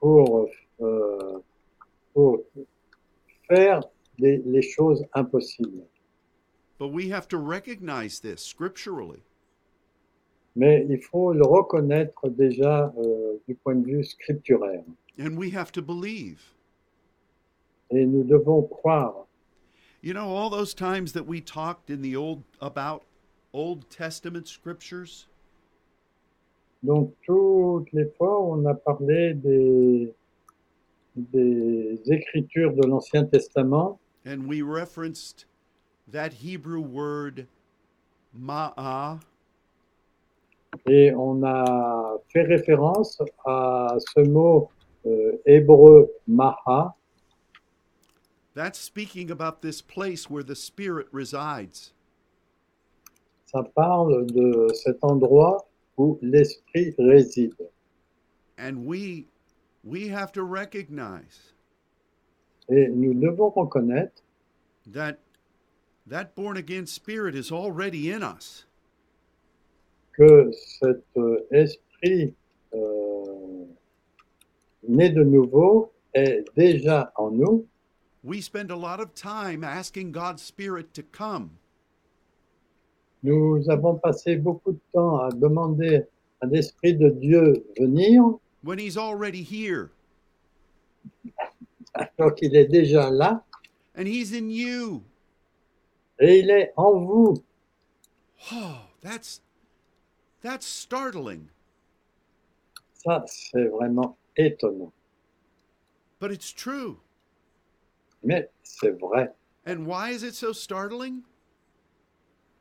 B: pour, euh, pour faire les, les choses impossibles.
A: But we have to recognize this scripturally.
B: mais il faut le reconnaître déjà euh, du point de vue scripturaire.
A: and we have to believe.
B: Et nous devons croire.
A: You know, all those times that we talked in the old about Old Testament scriptures,
B: Donc toutes les fois, on a parlé des, des écritures de l'Ancien Testament
A: and we referenced that Hebrew word ma'ah,
B: et on a fait référence à ce mot euh, hébreu maha,
A: that's speaking about this place where the Spirit resides.
B: ça parle de cet endroit où l'esprit réside.
A: And we we have to recognize
B: Et nous devons reconnaître
A: that that born again spirit is already in us.
B: que cet euh, esprit euh, né de nouveau est déjà en nous.
A: We spend a lot of time asking God's spirit to come,
B: Nous avons passé beaucoup de temps à demander à l'esprit de Dieu venir,
A: when he's already here
B: alors qu'il est déjà là
A: and he's in you.
B: et il est en vous.
A: Oh, that's that's startling,
B: Ça, c'est vraiment étonnant,
A: but it's true.
B: mais c'est vrai.
A: And why is it so startling?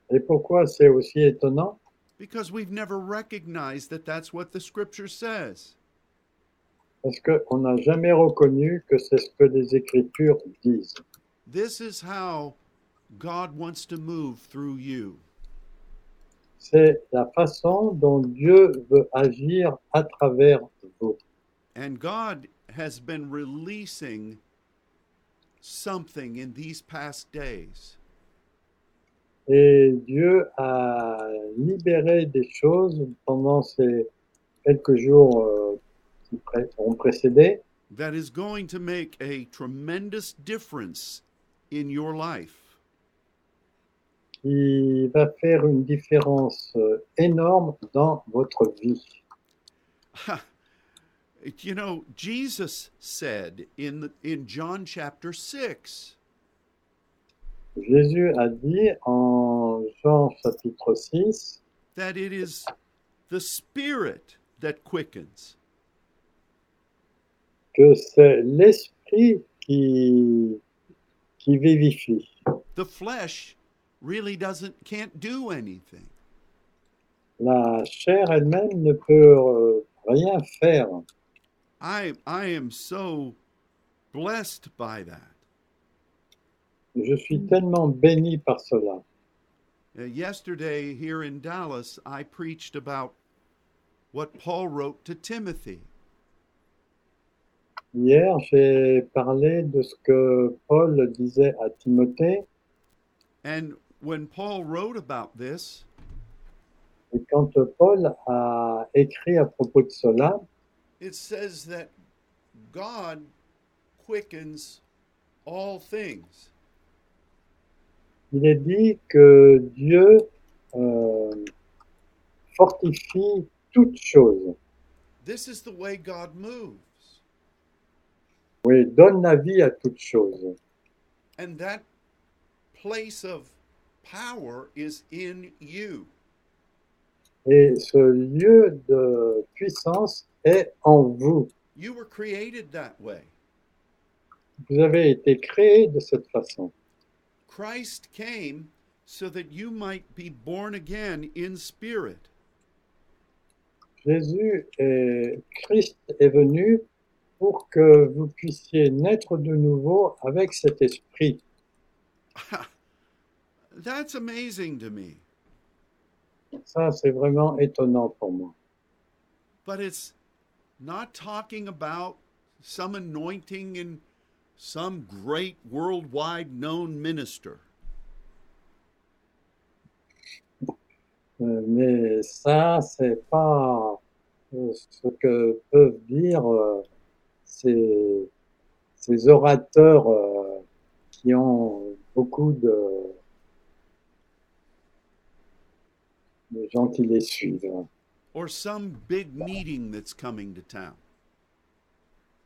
B: Et pourquoi c'est aussi étonnant
A: Because we've never recognized that that's what the scripture says.
B: Parce qu'on n'a jamais reconnu que c'est ce que les Écritures disent.
A: This is how God wants to move through you.
B: C'est la façon dont Dieu veut agir à travers vous.
A: And God has been releasing something in these past days.
B: Et Dieu a libéré des choses pendant ces quelques jours euh, qui pré- ont précédé
A: that is going to make a tremendous difference in your life.
B: qui va faire une différence euh, énorme dans votre vie.
A: you know, Jesus said in the, in John chapter 6,
B: Jésus a dit en Jean chapitre 6
A: that it is the spirit that quickens.
B: que c'est l'esprit qui, qui vivifie.
A: The flesh really doesn't can't do anything.
B: La chair elle-même ne peut euh, rien faire.
A: I I am so blessed by that.
B: Je suis tellement béni par cela.
A: Uh, yesterday here in Dallas, I preached about what Paul wrote to Timothy.
B: Hier, j'ai parlé de ce que Paul disait à Timothée,
A: And when Paul wrote about this,
B: et quand Paul a écrit à propos de cela,
A: it says that God quickens all things.
B: il est dit que Dieu euh, fortifie toutes choses,
A: This is the way God moves.
B: oui, donne la vie à toutes choses.
A: And that place of power is in you.
B: Et ce lieu de puissance est en vous.
A: You were created that way.
B: Vous avez été créé de cette façon.
A: Christ came so that you might be born again in spirit.
B: Jésus et Christ est venu pour que vous puissiez naître de nouveau avec cet esprit.
A: That's amazing to me.
B: Ça, c'est vraiment étonnant pour moi.
A: but it's not talking about some anointing and some great worldwide known minister.
B: Euh, Mais ça, c'est pas euh, ce que peuvent dire euh, ces, ces orateurs euh, qui ont beaucoup de, les gens qui les suivent,
A: or some big meeting that's coming to town.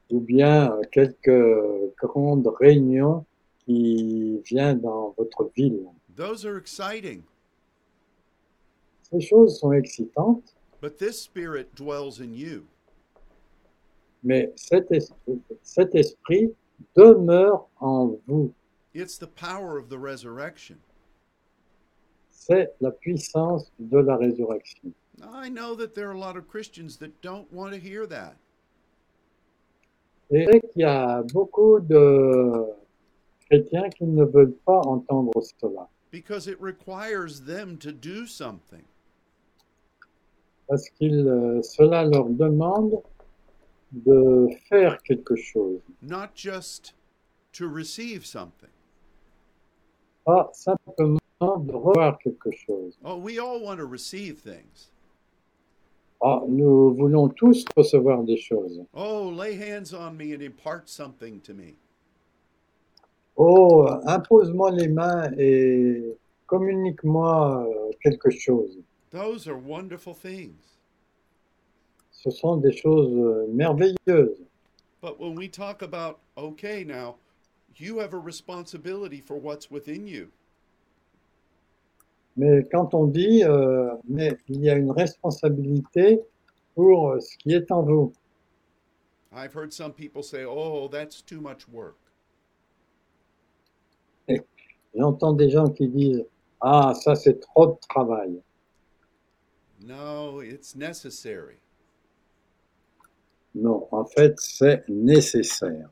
B: ou bien euh, quelques grandes réunions qui viennent dans votre ville.
A: Those are exciting,
B: Ces choses sont excitantes,
A: but this spirit dwells in you.
B: mais cet esprit, cet esprit demeure en vous.
A: It's the power of the resurrection.
B: C'est la puissance de la résurrection.
A: I know that there are a lot of Christians that don't want to hear that.
B: Et je sais qu'il y a beaucoup de chrétiens qui ne veulent pas entendre cela,
A: because it requires them to do something.
B: parce que cela leur demande de faire quelque chose,
A: not just to receive something.
B: pas simplement de revoir quelque chose.
A: Oh, we all want to receive things.
B: Ah, nous voulons tous recevoir des choses.
A: Oh, lay hands on me and impart something to me.
B: Oh, impose-moi les mains et communique-moi euh, quelque chose.
A: Those are wonderful things.
B: Ce sont des choses euh, merveilleuses.
A: But when we talk about, okay, now you have a responsibility for what's within you,
B: Mais quand on dit, euh, mais il y a une responsabilité pour euh, ce qui est en vous.
A: I've heard some people say, oh, that's too much work.
B: J'entends des gens qui disent, ah, ça c'est trop de travail.
A: No, it's necessary.
B: Non, en fait, c'est nécessaire.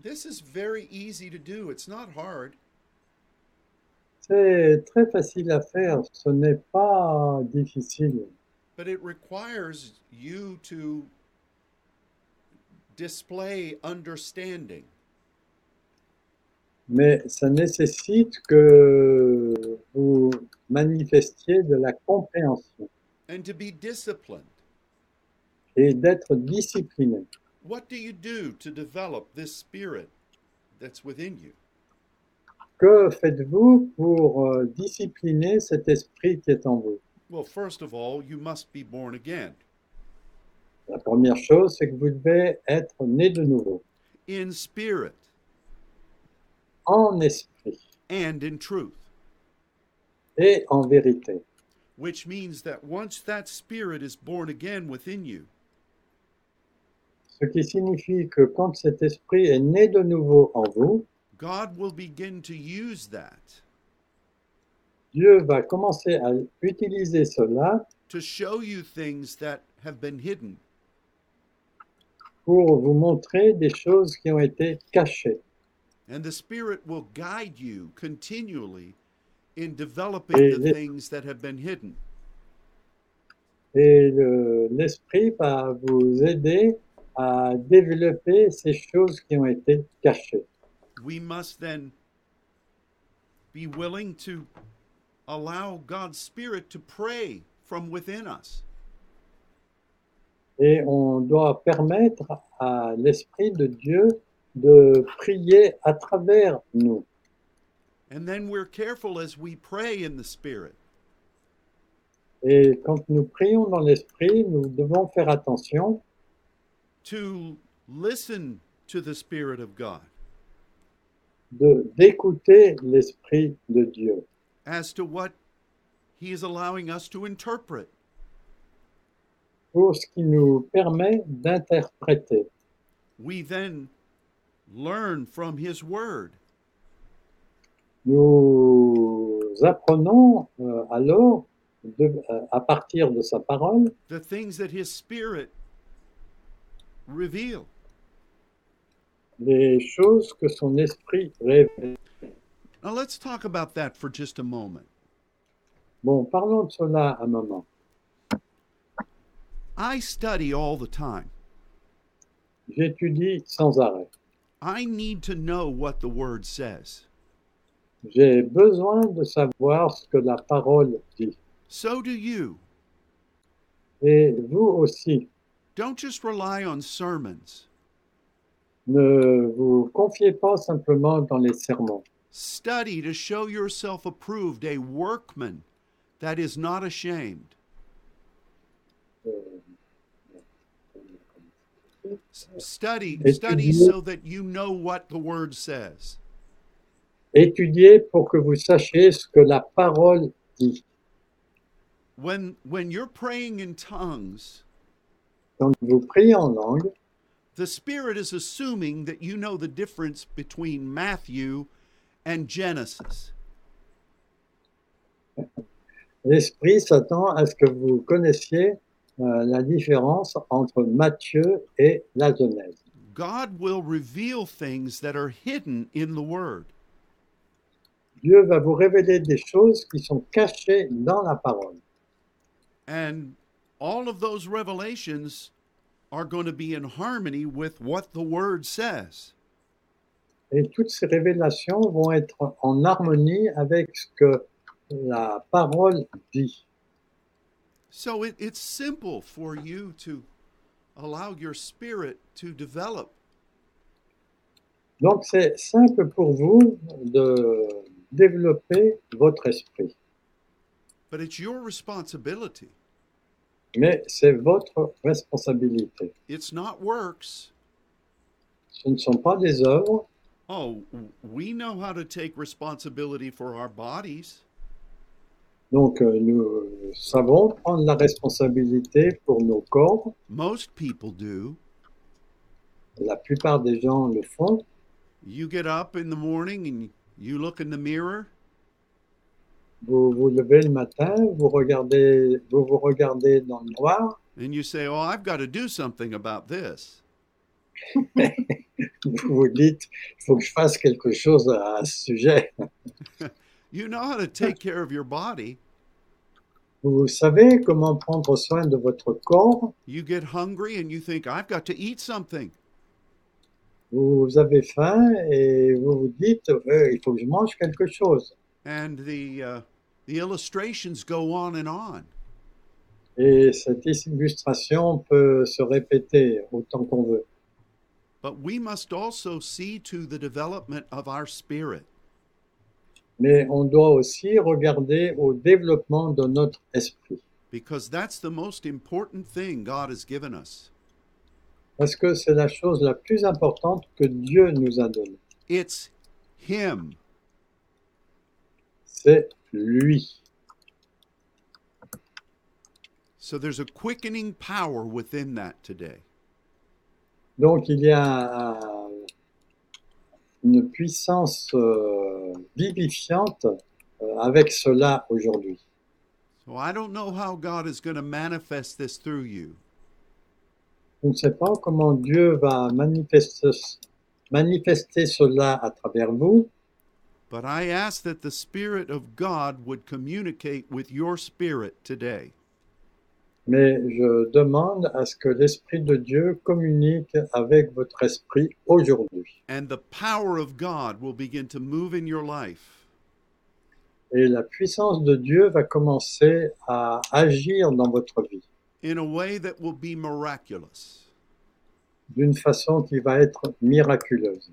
A: This is very easy to do, it's not hard.
B: C'est très facile à faire, ce n'est pas difficile,
A: but it requires you to display understanding.
B: mais ça nécessite que vous manifestiez de la compréhension
A: and to be disciplined.
B: et d'être discipliné.
A: What do you do to develop this spirit that's within you?
B: Que faites-vous pour euh, discipliner cet esprit qui est en vous
A: Well, first of all, you must be born again.
B: La première chose, c'est que vous devez être né de nouveau,
A: In spirit
B: en esprit
A: and in truth,
B: et en vérité.
A: which means that once that spirit is born again within you,
B: Ce qui signifie que quand cet esprit est né de nouveau en vous,
A: God will begin to use that
B: Dieu va commencer à utiliser cela
A: to show you things that have been hidden.
B: pour vous montrer des choses qui ont été cachées.
A: And the Spirit will guide you continually in developing the
B: Amen.
A: things that have been hidden.
B: Et le- l'esprit va vous aider à développer ces choses qui ont été cachées.
A: We must then be willing to allow God's Spirit to pray from within us.
B: Et on doit permettre à l'esprit de Dieu de prier à travers nous.
A: And then we're careful as we pray in the Spirit
B: Et quand nous prions dans l'esprit, nous devons faire attention
A: to listen to the Spirit of God
B: de- d'écouter l'esprit de Dieu
A: as to what He is allowing us to interpret.
B: pour ce qui nous permet d'interpréter.
A: We then learn from His Word.
B: Nous apprenons euh, alors, de- euh, à partir de sa parole,
A: the things that his spirit reveal
B: les choses que son esprit révèle.
A: now let's talk about that for just a moment
B: Bon, parlons de cela un moment.
A: i study all the time
B: J'étudie sans arrêt.
A: i need to know what the word says
B: J'ai besoin de savoir ce que la parole dit.
A: so do you
B: Et vous aussi,
A: don't just rely on sermons
B: ne vous confiez pas simplement dans les sermons.
A: study to show yourself approved a workman that is not ashamed.
B: Euh,
A: S- Study,
B: Et
A: study
B: puis-
A: so that you know what the word says.
B: Étudiez pour que vous sachiez ce que la parole dit.
A: When when you're praying in tongues,
B: Donc vous priez en langue,
A: the Spirit is assuming that you know the difference between Matthew and Genesis.
B: l'Esprit s'attend à ce que vous connaissiez euh, la différence entre Matthieu et la Genèse.
A: God will reveal things that are hidden in the Word.
B: Dieu va vous révéler des choses qui sont cachées dans la parole.
A: And all of those revelations are going to be in harmony with what the Word says.
B: Et toutes ces révélations vont être en harmonie avec ce que la parole dit.
A: So it, it's simple for you to allow your spirit to develop.
B: Donc c'est simple pour vous de développer votre esprit,
A: But it's your responsibility.
B: mais c'est votre responsabilité.
A: It's not works.
B: Ce ne sont pas des œuvres.
A: Oh, w- we know how to take responsibility for our bodies.
B: Donc euh, nous savons prendre la responsabilité pour nos corps.
A: Most people do.
B: La plupart des gens le font.
A: You get up in the morning and you look in the mirror
B: Vous vous levez le matin, vous regardez, vous vous regardez dans le noir,
A: and you say, Oh, I've got to do something about this.
B: vous vous dites, il faut que je fasse quelque chose à ce sujet.
A: You know how to take care of your body.
B: Vous savez comment prendre soin de votre corps.
A: You get hungry and you think, I've got to eat something.
B: Vous avez faim et vous vous dites, Euh, il faut que je mange quelque chose.
A: And the, uh, the illustrations go on and on.
B: Et cette illustration peut se répéter autant qu'on veut.
A: But we must also see to the development of our spirit.
B: Mais on doit aussi regarder au développement de notre esprit.
A: because that's the most important thing God has given us.
B: Parce que c'est la chose la plus importante que Dieu nous a donnée.
A: It's Him.
B: C'est lui.
A: So there's a quickening power within that today.
B: Donc il y a euh, une puissance euh, vivifiante euh, avec cela aujourd'hui.
A: So I don't know how God is going to manifest this through you,
B: On ne sait pas comment Dieu va manifester, manifester cela à travers vous,
A: but I ask that the Spirit of God would communicate with your spirit today.
B: mais je demande à ce que l'Esprit de Dieu communique avec votre esprit aujourd'hui.
A: And the power of God will begin to move in your life.
B: Et la puissance de Dieu va commencer à agir dans votre vie
A: In a way that will be miraculous.
B: d'une façon qui va être miraculeuse.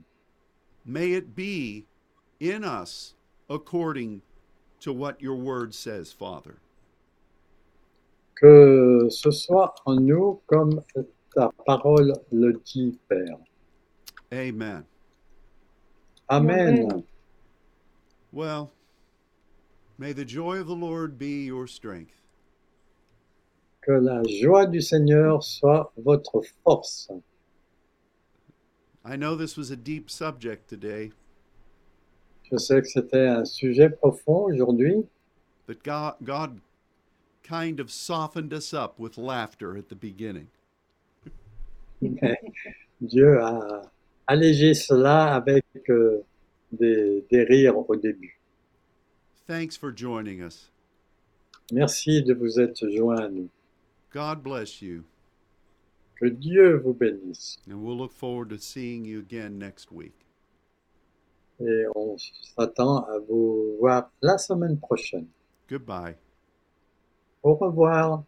A: May it be in us according to what your word says, Father.
B: Que ce soit en nous comme ta parole le dit, Père.
A: Amen.
B: Amen.
C: Amen.
A: Well, may the joy of the Lord be your strength.
B: Que la joie du Seigneur soit votre force.
A: I know this was a deep subject today,
B: Je sais que c'était un sujet profond aujourd'hui,
A: but God, God kind of softened us up with laughter at the beginning.
B: mais Dieu a allégé cela avec euh, des, des rires au début.
A: Thanks for joining us.
B: Merci de vous être joints à nous.
A: God bless you,
B: Que Dieu vous bénisse
A: and we'll look forward to seeing you again next week.
B: et on s'attend à vous voir la semaine prochaine.
A: Goodbye.
B: Au revoir.